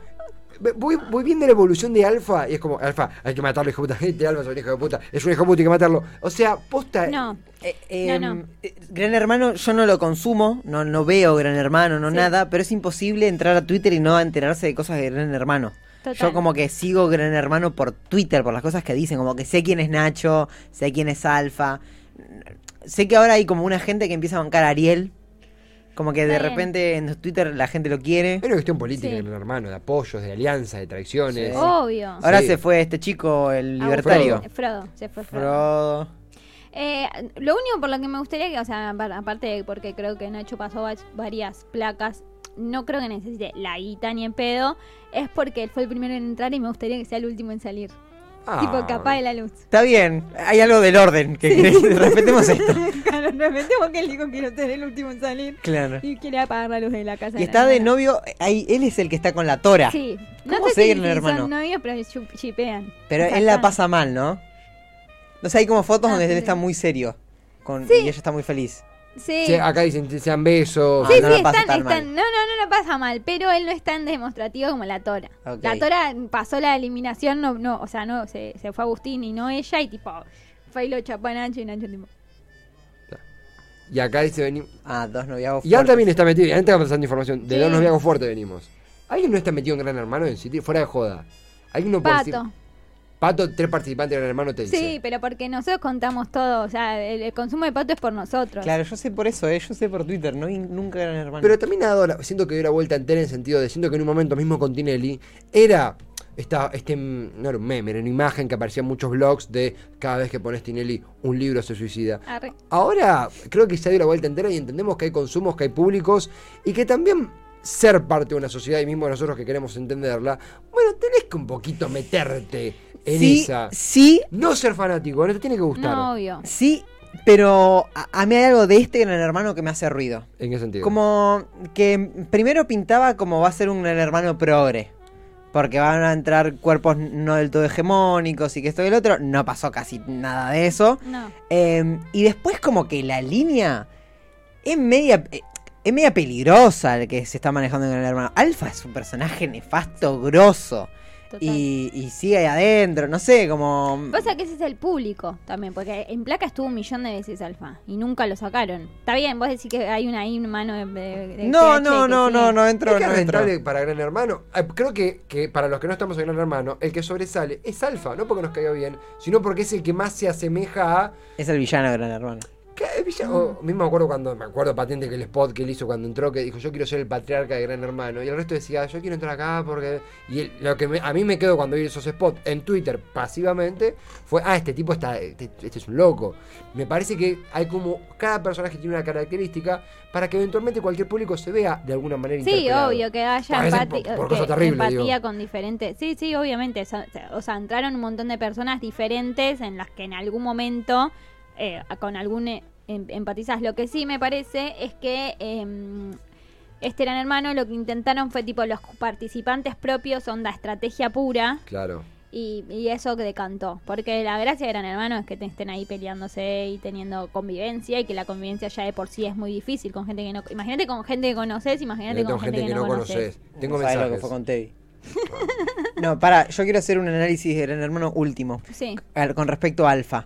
Speaker 3: ve- voy, voy viendo la evolución de Alfa y es como, Alfa, hay que matarlo, hijo de puta. <laughs> Gente, Alfa es un hijo de puta. Es un hijo de puta, hay que matarlo. O sea, posta.
Speaker 5: No.
Speaker 4: Eh, eh,
Speaker 5: No, no.
Speaker 4: eh, Gran Hermano, yo no lo consumo, no, no veo Gran Hermano, no
Speaker 5: Sí.
Speaker 4: nada, pero es imposible entrar a Twitter y no enterarse de cosas de Gran Hermano.
Speaker 5: Total.
Speaker 4: Yo como que sigo Gran Hermano por Twitter, por las cosas que dicen, como que sé quién es Nacho, sé quién es Alfa. Sé que ahora hay como una gente que empieza a bancar a Ariel, como que de
Speaker 5: Está bien.
Speaker 4: repente en Twitter la gente lo quiere.
Speaker 3: Es una cuestión política,
Speaker 5: Sí.
Speaker 3: en el hermano, de apoyos, de alianzas, de traiciones.
Speaker 4: Sí.
Speaker 5: Obvio.
Speaker 4: Ahora
Speaker 3: Sí.
Speaker 4: se fue este chico, el
Speaker 5: Ah,
Speaker 4: libertario.
Speaker 5: Frodo, se fue Frodo.
Speaker 4: Frodo.
Speaker 5: Eh, lo único por lo que me gustaría que, o sea, par- aparte de porque creo que Nacho pasó va- varias placas, no creo que necesite la guita ni en pedo, es porque él fue el primero en entrar y me gustaría que sea el último en salir.
Speaker 4: Ah.
Speaker 5: Oh, Tipo, capaz
Speaker 3: Ah,
Speaker 5: de la luz. <laughs>
Speaker 4: Está bien, hay algo del orden que <laughs> respetemos esto.
Speaker 5: <laughs> claro, realmente porque él dijo quiero ser el último en salir
Speaker 4: Claro.
Speaker 5: y quiere apagar la luz de la casa.
Speaker 4: Y está de novio, ahí, él es el que está con la tora.
Speaker 5: Sí.
Speaker 4: ¿Cómo
Speaker 5: no sé
Speaker 4: se
Speaker 5: si,
Speaker 4: dieron,
Speaker 5: si
Speaker 4: hermano?
Speaker 5: son novios, pero chup- chipean.
Speaker 4: Pero
Speaker 5: O sea,
Speaker 4: él la
Speaker 5: están-
Speaker 4: pasa mal, ¿no? No sé, hay como fotos
Speaker 5: Ah,
Speaker 4: donde él
Speaker 5: sí.
Speaker 4: está muy serio. Con,
Speaker 5: Sí.
Speaker 4: Y ella está muy feliz.
Speaker 5: Sí.
Speaker 3: Che, acá dicen que sean besos.
Speaker 5: Sí,
Speaker 4: Ah, no
Speaker 5: sí,
Speaker 4: la pasa
Speaker 5: están,
Speaker 4: tan mal.
Speaker 5: están- no, no, no la pasa mal, pero él no es tan demostrativo como la Tora.
Speaker 4: Ok.
Speaker 5: La Tora pasó la eliminación, no, no, o sea, no, se, se fue Agustín y no ella, y tipo, fue y lo chapó a Nacho y Nacho tipo.
Speaker 3: Y acá dice venimos.
Speaker 4: Ah, dos noviazgos.
Speaker 3: Y Ann
Speaker 4: fuertes.
Speaker 3: también está metido, y Ann está pasando información. De
Speaker 5: Sí.
Speaker 3: dos noviazgos fuertes venimos. ¿Alguien no está metido en Gran Hermano en City? Fuera de joda. ¿Alguien no puede decir-
Speaker 5: Pato.
Speaker 3: Pato, tres participantes de Gran Hermano te dice.
Speaker 5: Sí, pero porque nosotros contamos todo, o sea, el, el consumo de pato es por nosotros.
Speaker 4: Claro, yo sé por eso, eh, yo sé por Twitter, no vi nunca eran hermanos.
Speaker 3: Pero también ha dado la- siento que dio la vuelta entera en el sentido de siento que en un momento mismo con Tinelli era esta, este mm, no era un meme, era una imagen que aparecía en muchos blogs de cada vez que pones Tinelli un libro se suicida.
Speaker 5: Arre.
Speaker 3: Ahora creo que se dio la vuelta entera y entendemos que hay consumos, que hay públicos y que también ser parte de una sociedad y mismo nosotros que queremos entenderla, bueno, tenés que un poquito meterte en
Speaker 4: sí,
Speaker 3: esa.
Speaker 4: sí,
Speaker 3: No ser fanático, no te tiene que gustar.
Speaker 5: No, obvio.
Speaker 4: sí, pero a, a mí hay algo de este gran hermano que me hace ruido.
Speaker 3: ¿En qué sentido?
Speaker 4: Como que primero pintaba como va a ser un gran hermano progre. Porque van a entrar cuerpos no del todo hegemónicos y que esto y el otro. No pasó casi nada de eso.
Speaker 5: No.
Speaker 4: Eh, y después como que la línea es media, eh, es media peligrosa el que se está manejando en el hermano. Alfa es un personaje nefasto, grosso.
Speaker 5: Total.
Speaker 4: Y, y sigue ahí adentro, no sé, como...
Speaker 5: Pasa que ese es el público también, porque en placa estuvo un millón de veces alfa y nunca lo sacaron. Está bien, vos decís que hay una ahí mano de, de- de
Speaker 4: No,
Speaker 5: PH
Speaker 4: no,
Speaker 5: que
Speaker 4: no,
Speaker 5: sí.
Speaker 4: no, no entro,
Speaker 3: Es que
Speaker 4: no
Speaker 3: es
Speaker 4: entro.
Speaker 3: rentable para Gran Hermano. Eh, Creo que, que para los que no estamos en Gran Hermano, el que sobresale es Alfa, no porque nos caiga bien, sino porque es el que más se asemeja a.
Speaker 4: Es el villano de gran hermano.
Speaker 3: que- Villa-
Speaker 5: Mm.
Speaker 3: o, mismo me acuerdo cuando, me acuerdo patente que el spot que él hizo cuando entró, que dijo yo quiero ser el patriarca de Gran Hermano. Y el resto decía, yo quiero entrar acá porque. Y el- lo que me- a mí me quedo cuando vi esos spots en Twitter pasivamente fue, ah, este tipo está. Este, este es un loco. Me parece que hay como. Cada personaje tiene una característica para que eventualmente cualquier público se vea de alguna manera
Speaker 5: Sí,
Speaker 3: interpelado.
Speaker 5: obvio, que haya
Speaker 3: Ah, ese
Speaker 5: empati-
Speaker 3: por- por
Speaker 5: que-
Speaker 3: cosa terrible,
Speaker 5: empatía
Speaker 3: digo.
Speaker 5: con diferentes. Sí, sí, obviamente. so- o sea, entraron un montón de personas diferentes en las que en algún momento eh, con algún eh, em- empatizás. Lo que sí me parece es que em, este gran hermano lo que intentaron fue tipo los participantes propios, onda estrategia pura.
Speaker 3: Claro.
Speaker 5: Y, y eso que decantó. Porque la gracia de Gran Hermano es que te estén ahí peleándose y teniendo convivencia. Y que la convivencia ya de por sí es muy difícil con gente que no. Imagínate con gente que conoces, imagínate
Speaker 3: Tengo
Speaker 5: con gente, que, no conoces.
Speaker 3: conocés. Tengo
Speaker 4: ¿Sabés
Speaker 3: mensajes.
Speaker 4: lo que fue con Tevi? no, para, yo quiero hacer un análisis de gran hermano último.
Speaker 5: Sí.
Speaker 4: al- con respecto a Alfa.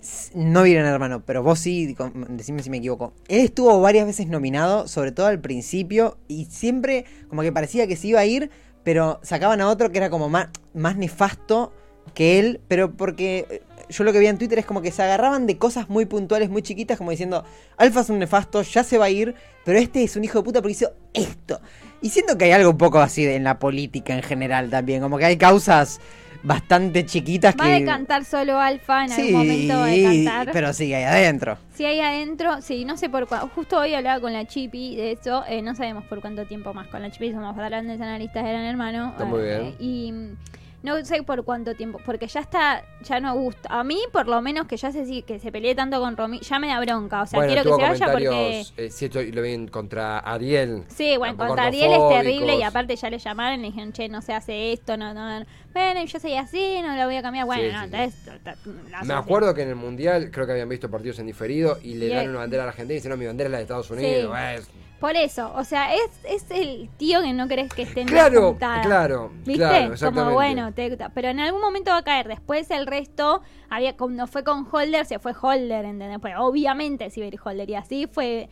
Speaker 4: S- No vi Gran Hermano, pero vos sí, con- decime si me equivoco. Él estuvo varias veces nominado, sobre todo al principio, y siempre como que parecía que se iba a ir, pero sacaban a otro que era como más, más nefasto que él, pero porque eh, yo lo que vi en Twitter es como que se agarraban de cosas muy puntuales, muy chiquitas, como diciendo, Alfa es un nefasto, ya se va a ir, pero este es un hijo de puta porque hizo esto. Y siento que hay algo un poco así de- en la política en general también, como que hay causas bastante chiquitas
Speaker 5: Va
Speaker 4: que...
Speaker 5: a decantar solo Alfa en algún momento. Va a decantar.
Speaker 4: pero sigue ahí adentro.
Speaker 5: Si hay adentro, sí, no sé por cuánto. Justo hoy hablaba con la Chipi de eso. eh, no sabemos por cuánto tiempo más con la Chipi. Somos grandes analistas de Gran Hermano.
Speaker 3: Está muy bien.
Speaker 5: y mm, no sé por cuánto tiempo. Porque ya está. Ya no gusta. A mí, por lo menos, que ya se, si- que se pelee tanto con Romy. Ya me da bronca. O sea,
Speaker 3: bueno,
Speaker 5: quiero
Speaker 3: tuvo
Speaker 5: que se vaya porque.
Speaker 3: comentarios, eh, sí, esto lo ven contra Ariel.
Speaker 5: Sí, bueno,
Speaker 3: Tampoco
Speaker 5: contra Ariel es
Speaker 3: homofóbicos.
Speaker 5: terrible y aparte ya le llamaron y le dijeron, che, no se hace esto, no, no, no. Bueno, yo soy así, no lo voy a cambiar. Bueno,
Speaker 3: Sí,
Speaker 5: no,
Speaker 3: sí,
Speaker 5: entonces,
Speaker 3: Me acuerdo que en el Mundial creo que habían visto partidos en diferido y le
Speaker 5: Y
Speaker 3: dan
Speaker 5: el-
Speaker 3: una bandera a la Argentina y dicen, no, mi bandera es la de Estados Unidos. eh, es-
Speaker 5: Por eso, o sea, es, es el tío que no crees que esté en la
Speaker 3: Claro,
Speaker 5: juntada.
Speaker 3: claro,
Speaker 5: ¿Viste?
Speaker 3: claro,
Speaker 5: Como
Speaker 3: exactamente.
Speaker 5: bueno, te- pero en algún momento va a caer. Después el resto, había cuando fue con Holder, se fue Holder, ¿entendés? Pues obviamente se iba a ir Holder y así fue.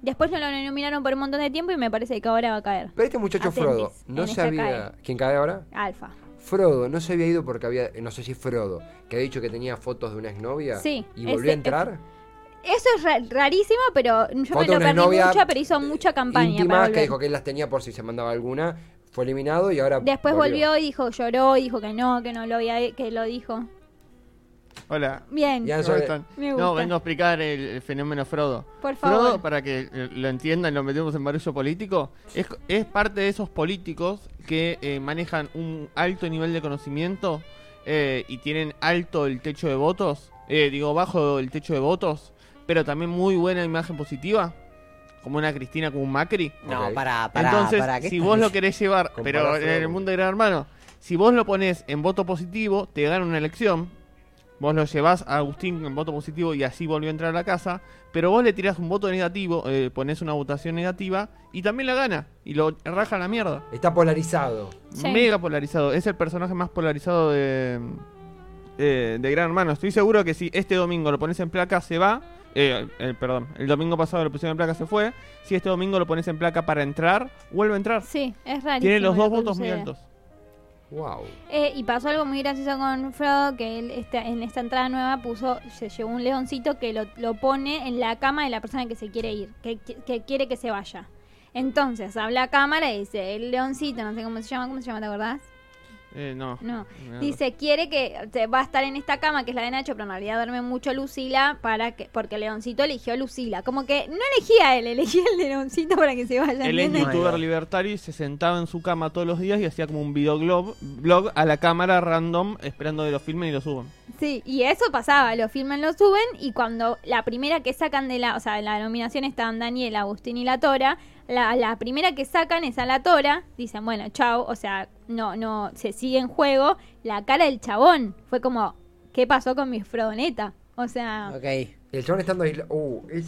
Speaker 5: Después no lo nominaron por un montón de tiempo y me parece que ahora va a caer.
Speaker 3: Pero este muchacho
Speaker 5: Atendis,
Speaker 3: Frodo no
Speaker 5: tenés
Speaker 3: se
Speaker 5: que
Speaker 3: había...
Speaker 5: caer.
Speaker 3: ¿Quién cae ahora?
Speaker 5: Alfa.
Speaker 3: Frodo no se había ido porque había, no sé si Frodo, que había dicho que tenía fotos de una exnovia
Speaker 5: Sí,
Speaker 3: y volvió
Speaker 5: ese-
Speaker 3: a entrar.
Speaker 5: Eso es ra- rarísimo, pero yo me
Speaker 3: Foto de
Speaker 5: lo
Speaker 3: una
Speaker 5: perdí
Speaker 3: novia
Speaker 5: mucho, pero hizo mucha campaña.
Speaker 3: íntima
Speaker 5: Para
Speaker 3: que
Speaker 5: volver.
Speaker 3: dijo que él las tenía por si se mandaba alguna, fue eliminado y ahora
Speaker 5: Después volvió y dijo, lloró, dijo que no, que no lo había, que lo dijo.
Speaker 11: Hola.
Speaker 5: Bien.
Speaker 3: Ya,
Speaker 7: eh,
Speaker 11: ¿Cómo
Speaker 3: sobre-
Speaker 11: están?
Speaker 5: Me
Speaker 11: No,
Speaker 5: gusta.
Speaker 11: vengo a explicar el, el fenómeno Frodo.
Speaker 5: Por
Speaker 11: Frodo,
Speaker 5: favor.
Speaker 11: para que eh, lo entiendan, lo metemos en barullo político, es, es parte de esos políticos que eh, manejan un alto nivel de conocimiento eh, y tienen alto el techo de votos, eh, digo, bajo el techo de votos, pero también muy buena imagen positiva, como una Cristina con un Macri.
Speaker 4: No,
Speaker 3: Ok.
Speaker 4: para, para,
Speaker 11: Entonces,
Speaker 4: para. ¿qué
Speaker 11: si
Speaker 4: estás
Speaker 11: vos lo
Speaker 4: diciendo?
Speaker 11: querés llevar, pero en
Speaker 3: Comparación.
Speaker 11: el mundo de Gran Hermano, si vos lo pones en voto positivo, te gana una elección. Vos lo llevás a Agustín en voto positivo y así volvió a entrar a la casa. Pero vos le tirás un voto negativo, eh, pones una votación negativa y también la gana. Y lo raja a la mierda.
Speaker 3: Está polarizado.
Speaker 5: Sí.
Speaker 11: Mega polarizado. Es el personaje más polarizado de, eh, de Gran Hermano. Estoy seguro que si este domingo lo pones en placa, se va. Eh, eh, perdón, el domingo pasado lo pusieron en placa, se fue. Si este domingo lo pones en placa para entrar, vuelve a entrar.
Speaker 5: Sí, es rarísimo.
Speaker 11: Tiene los
Speaker 5: lo
Speaker 11: dos
Speaker 5: que
Speaker 11: votos muy
Speaker 5: sucede.
Speaker 11: altos.
Speaker 3: Wow.
Speaker 5: Eh, y pasó algo muy gracioso con Frodo, que él esta- en esta entrada nueva puso, se llevó un leoncito que lo, lo pone en la cama de la persona que se quiere ir, que, que- que quiere que se vaya. Entonces habla a cámara y dice, el leoncito, no sé cómo se llama, ¿cómo se llama? ¿Te acordás?
Speaker 11: Eh, no.
Speaker 5: No.
Speaker 11: Me
Speaker 5: Dice, quiere que te va a estar en esta cama, que es la de Nacho, pero en realidad duerme mucho Lucila, para que, porque Leoncito eligió a Lucila. Como que no elegía a él, elegía al Leoncito para que se vaya.
Speaker 11: Él es
Speaker 5: ¿entiendes?
Speaker 11: youtuber libertario y se sentaba en su cama todos los días y hacía como un videoblog blog a la cámara random esperando que lo filmen y lo suban.
Speaker 5: Sí, y eso pasaba, lo filman, lo suben, y cuando la primera que sacan de la, o sea, en la nominación estaban Daniel, Agustín y la Tora, la, la primera que sacan es a la Tora, dicen, bueno, chao, o sea, no, no, se sigue en juego, la cara del chabón fue como, ¿qué pasó con mi Frodoneta? O sea,
Speaker 4: Ok.
Speaker 3: El chabón estando ahí. Uh, es.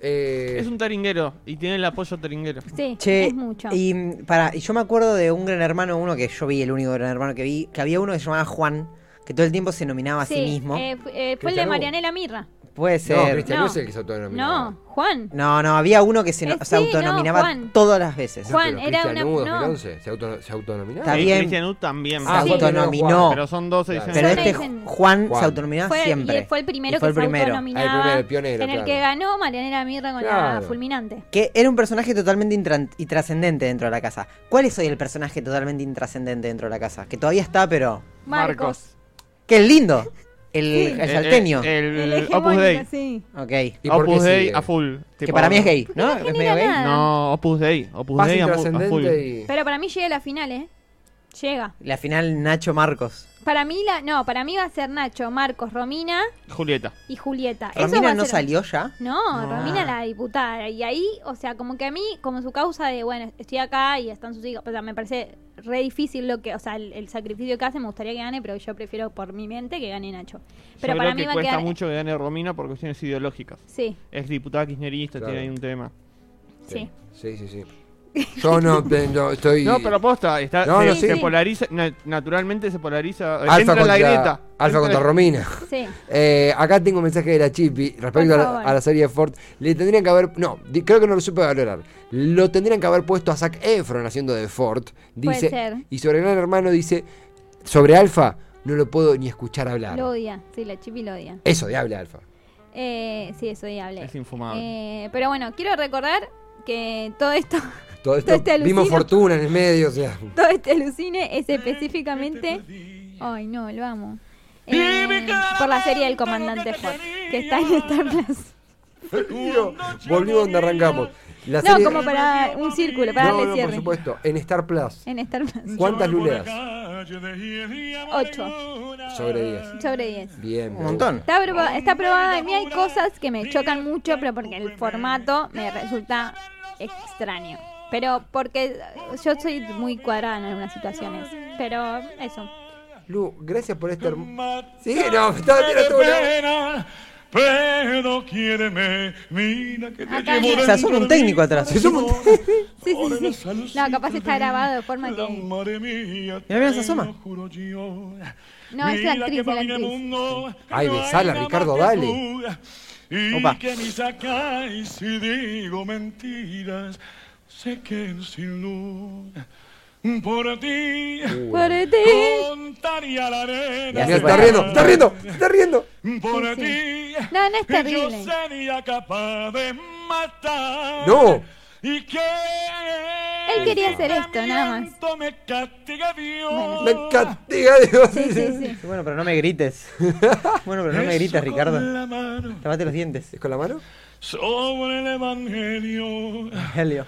Speaker 3: eh,
Speaker 11: Es un taringuero y tiene el apoyo taringuero.
Speaker 5: sí,
Speaker 4: Che,
Speaker 5: es mucho.
Speaker 4: y mm, para, y yo me acuerdo de un gran hermano, uno que yo vi, el único gran hermano que vi, que había uno que se llamaba Juan, que todo el tiempo se nominaba a sí,
Speaker 5: Sí,
Speaker 4: mismo.
Speaker 5: eh, fu- eh, fue el
Speaker 3: Cristian
Speaker 5: de
Speaker 3: Hugo.
Speaker 5: Marianela Mirra.
Speaker 4: Puede
Speaker 3: No,
Speaker 4: ser.
Speaker 3: Cristian
Speaker 5: No.
Speaker 3: no. es el que se autodenominaba.
Speaker 5: No, Juan.
Speaker 4: No, no, había uno que se, no-
Speaker 5: Eh,
Speaker 4: se
Speaker 5: sí, no,
Speaker 4: autonominaba
Speaker 5: Juan.
Speaker 4: todas las veces.
Speaker 5: Juan,
Speaker 3: pero
Speaker 5: era
Speaker 3: Cristian
Speaker 5: una-
Speaker 3: Hugo,
Speaker 5: no.
Speaker 3: 2011, se, auto, se autonominaba.
Speaker 4: Está
Speaker 11: Y
Speaker 4: bien.
Speaker 11: Cristian Ut también.
Speaker 4: Se
Speaker 5: Ah, sí.
Speaker 4: autonominó.
Speaker 11: Pero son dos
Speaker 3: Claro.
Speaker 11: ediciones.
Speaker 4: Pero este
Speaker 5: Son
Speaker 4: Ju-
Speaker 5: Nathan.
Speaker 4: Juan,
Speaker 3: Juan.
Speaker 4: se autonominaba
Speaker 5: Fue,
Speaker 4: siempre.
Speaker 5: y fue el primero
Speaker 4: Y fue
Speaker 5: que
Speaker 4: el primero.
Speaker 3: Ah,
Speaker 5: se
Speaker 3: el
Speaker 5: autonominaba.
Speaker 3: primero, el pionero,
Speaker 5: en el
Speaker 3: claro.
Speaker 5: que ganó Marianela Mirra con la
Speaker 3: Claro.
Speaker 5: fulminante.
Speaker 4: Que era un personaje totalmente intran- y trascendente dentro de la casa. ¿Cuál es hoy el personaje totalmente intrascendente dentro de la casa? Que todavía está, pero.
Speaker 5: Marcos.
Speaker 4: ¡Qué lindo! El, el
Speaker 11: Eh,
Speaker 4: salteño.
Speaker 11: eh, El,
Speaker 5: El
Speaker 11: Opus
Speaker 5: hegemónico,
Speaker 11: Dei.
Speaker 5: sí.
Speaker 4: ok.
Speaker 3: ¿Y por qué
Speaker 11: Opus Dei
Speaker 3: sigue?
Speaker 11: a full.
Speaker 4: Que
Speaker 11: Tipo-
Speaker 4: para mí es gay, ¿no?
Speaker 5: eh. no
Speaker 4: Es medio
Speaker 5: genera
Speaker 4: gay.
Speaker 5: nada.
Speaker 11: No, Opus Dei. Opus
Speaker 3: Más
Speaker 11: Dei a, fu- a full.
Speaker 3: intrascendente y.
Speaker 5: Pero para mí llega a la final, ¿eh? Llega.
Speaker 4: La final Nacho Marcos.
Speaker 5: Para mí, la, no, para mí va a ser Nacho, Marcos, Romina
Speaker 11: Julieta.
Speaker 5: y Julieta. Eso va
Speaker 4: Romina
Speaker 5: a
Speaker 4: no
Speaker 5: ser-
Speaker 4: salió ya.
Speaker 5: No,
Speaker 11: Ah.
Speaker 4: No.
Speaker 5: Romina la diputada. Y ahí, o sea, como que a mí, como su causa de, bueno, estoy acá y están sus hijos, o sea, me parece re difícil lo que, o sea, el, el sacrificio que hace, me gustaría que gane, pero yo prefiero por mi mente que gane Nacho. Pero
Speaker 11: Yo
Speaker 5: para
Speaker 11: creo
Speaker 5: mí
Speaker 11: que
Speaker 5: va a
Speaker 11: cuesta
Speaker 5: quedar...
Speaker 11: mucho que gane Romina por cuestiones ideológicas.
Speaker 5: Sí,
Speaker 11: Es diputada kirchnerista,
Speaker 3: Claro.
Speaker 11: tiene ahí un tema.
Speaker 5: sí.
Speaker 3: Sí, sí, sí.
Speaker 5: <laughs>
Speaker 3: Yo no tengo, estoy.
Speaker 11: No, pero posta, está,
Speaker 3: No,
Speaker 11: se,
Speaker 3: no,
Speaker 11: se
Speaker 5: sí.
Speaker 11: polariza, na- naturalmente se polariza.
Speaker 3: Alfa
Speaker 11: entra en
Speaker 3: contra,
Speaker 11: la grieta.
Speaker 3: Alfa
Speaker 11: Entra-
Speaker 3: contra Romina.
Speaker 5: Sí.
Speaker 3: Eh, acá tengo un mensaje de la Chipi respecto a
Speaker 5: Por
Speaker 3: la,
Speaker 5: favor.
Speaker 3: a la serie de Ford. Le tendrían que haber. No, di- creo que no lo supe valorar. Lo tendrían que haber puesto a Zac Efron haciendo de Ford.
Speaker 5: Puede
Speaker 3: Dice.
Speaker 5: ser.
Speaker 3: Y sobre Gran Hermano dice. Sobre Alfa no lo puedo ni escuchar hablar.
Speaker 5: Lo odia, sí, la chipi lo odia.
Speaker 3: Eso de habla Alfa.
Speaker 5: Eh, sí, eso ya hablé.
Speaker 11: Es infumable.
Speaker 5: Eh, pero bueno, quiero recordar que todo esto, <laughs>
Speaker 3: Todo
Speaker 5: Todo
Speaker 3: esto.
Speaker 5: este
Speaker 3: Vimos
Speaker 5: alucino.
Speaker 3: fortuna en el medio, o sea.
Speaker 5: todo este alucine es específicamente. Ay, no, lo amo. Eh, por la serie del comandante Ford, que está en Star Plus.
Speaker 3: Volvimos donde arrancamos. La
Speaker 5: No,
Speaker 3: serie-
Speaker 5: como para un círculo, para
Speaker 3: No,
Speaker 5: darle
Speaker 3: no, por
Speaker 5: cierre.
Speaker 3: supuesto. En Star Plus.
Speaker 5: En Star Plus.
Speaker 3: ¿Cuántas luleas?
Speaker 5: 8
Speaker 3: Sobre 10.
Speaker 5: sobre 10.
Speaker 3: Bien.
Speaker 4: Un montón.
Speaker 5: Está, proba- está probada. A mí hay cosas que me chocan mucho, pero porque el formato me resulta extraño. Pero porque yo soy muy cuadrada en algunas situaciones. Pero eso.
Speaker 3: Lu, gracias por este hermoso. Sí,
Speaker 2: Sigue,
Speaker 3: no, <laughs> me estaba tirando una.
Speaker 2: Pero quiéreme, mira que te
Speaker 5: Acá
Speaker 2: llevo
Speaker 5: no.
Speaker 4: O sea, son un técnico
Speaker 5: <laughs>
Speaker 4: atrás. <laughs>
Speaker 3: Es un montón.
Speaker 5: Sí, sí, sí. No, capaz está grabado de forma
Speaker 2: La
Speaker 5: que.
Speaker 2: madre mía,
Speaker 4: Mira, mira,
Speaker 2: te
Speaker 4: se asoma.
Speaker 2: lo juro yo.
Speaker 5: No, es
Speaker 2: Mira
Speaker 5: la actriz,
Speaker 2: que
Speaker 5: es la
Speaker 2: para mi
Speaker 5: actriz.
Speaker 2: mundo
Speaker 3: Ay,
Speaker 2: no hay
Speaker 3: besala,
Speaker 2: nada
Speaker 3: Ricardo,
Speaker 2: más que
Speaker 3: dale.
Speaker 2: tú. Y
Speaker 4: Opa.
Speaker 2: que me sacáis si digo mentiras, sé que sin luz por ti
Speaker 5: Por ti.
Speaker 2: contaría la arena.
Speaker 3: Uh. Mira, está riendo, está riendo, está riendo.
Speaker 2: Por
Speaker 5: Sí,
Speaker 2: ti
Speaker 5: No, no es
Speaker 2: yo
Speaker 5: terrible.
Speaker 2: sería capaz de matar.
Speaker 3: No.
Speaker 2: Y que
Speaker 5: Él quería hacer esto, nada más.
Speaker 3: Me castiga Dios.
Speaker 4: Bueno, pero no me
Speaker 5: <laughs>
Speaker 4: grites. Bueno, pero no me grites, Ricardo. Lavate los dientes.
Speaker 3: ¿Es con la mano?
Speaker 2: Sobre el evangelio,
Speaker 4: Helio.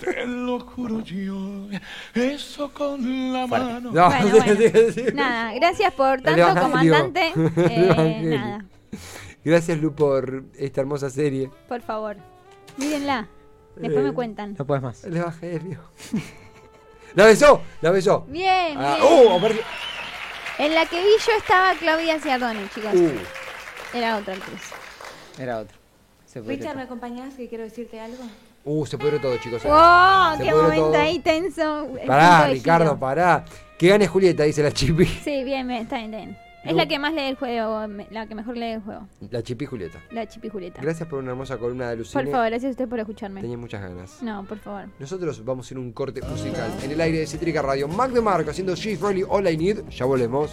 Speaker 2: te lo juro yo, eso con la mano.
Speaker 3: No, <laughs>
Speaker 5: Bueno, bueno. Nada, gracias por
Speaker 3: El
Speaker 5: tanto,
Speaker 3: Evangelio.
Speaker 5: comandante.
Speaker 3: <laughs> El
Speaker 5: Eh,
Speaker 3: Evangelio.
Speaker 5: nada,
Speaker 3: Gracias, Lu, por esta hermosa serie.
Speaker 5: por favor. Mírenla. Después
Speaker 3: Eh,
Speaker 5: me cuentan.
Speaker 4: No puedes más.
Speaker 3: El Evangelio. <laughs> ¡La besó! ¡La besó!
Speaker 5: Bien,
Speaker 3: Ah,
Speaker 5: bien.
Speaker 3: ¡Uh! aparte-
Speaker 5: En la que vi yo estaba Claudia Ciardone, chicas.
Speaker 3: Uh.
Speaker 5: Era otra actriz.
Speaker 4: Era otro. Se pudrió
Speaker 9: Richard, ¿me
Speaker 4: todo.
Speaker 9: acompañás? Que quiero decirte algo.
Speaker 3: Uh, se pudrió todo, chicos.
Speaker 5: ¡Wow!
Speaker 3: Se
Speaker 5: ¡Qué
Speaker 3: pudrió
Speaker 5: momento
Speaker 3: todo.
Speaker 5: ahí tenso! El punto
Speaker 3: Pará,
Speaker 5: de
Speaker 3: Ricardo,
Speaker 5: giro.
Speaker 3: pará. Que gane Julieta, dice la chipi. <laughs>
Speaker 5: Sí, bien, bien, está bien, está bien. Es
Speaker 3: Lu.
Speaker 5: la que más lee el juego, me- la que mejor lee el juego.
Speaker 3: La chipi Julieta.
Speaker 5: La Chipi Julieta.
Speaker 3: Gracias por una hermosa columna de Lucine.
Speaker 5: Por favor, gracias a usted por escucharme.
Speaker 3: Tenía muchas ganas.
Speaker 5: No, por favor.
Speaker 3: Nosotros vamos a ir un corte musical en el aire de Cítrica Radio. Mac de Marco haciendo She's Really All I Need. Ya volvemos.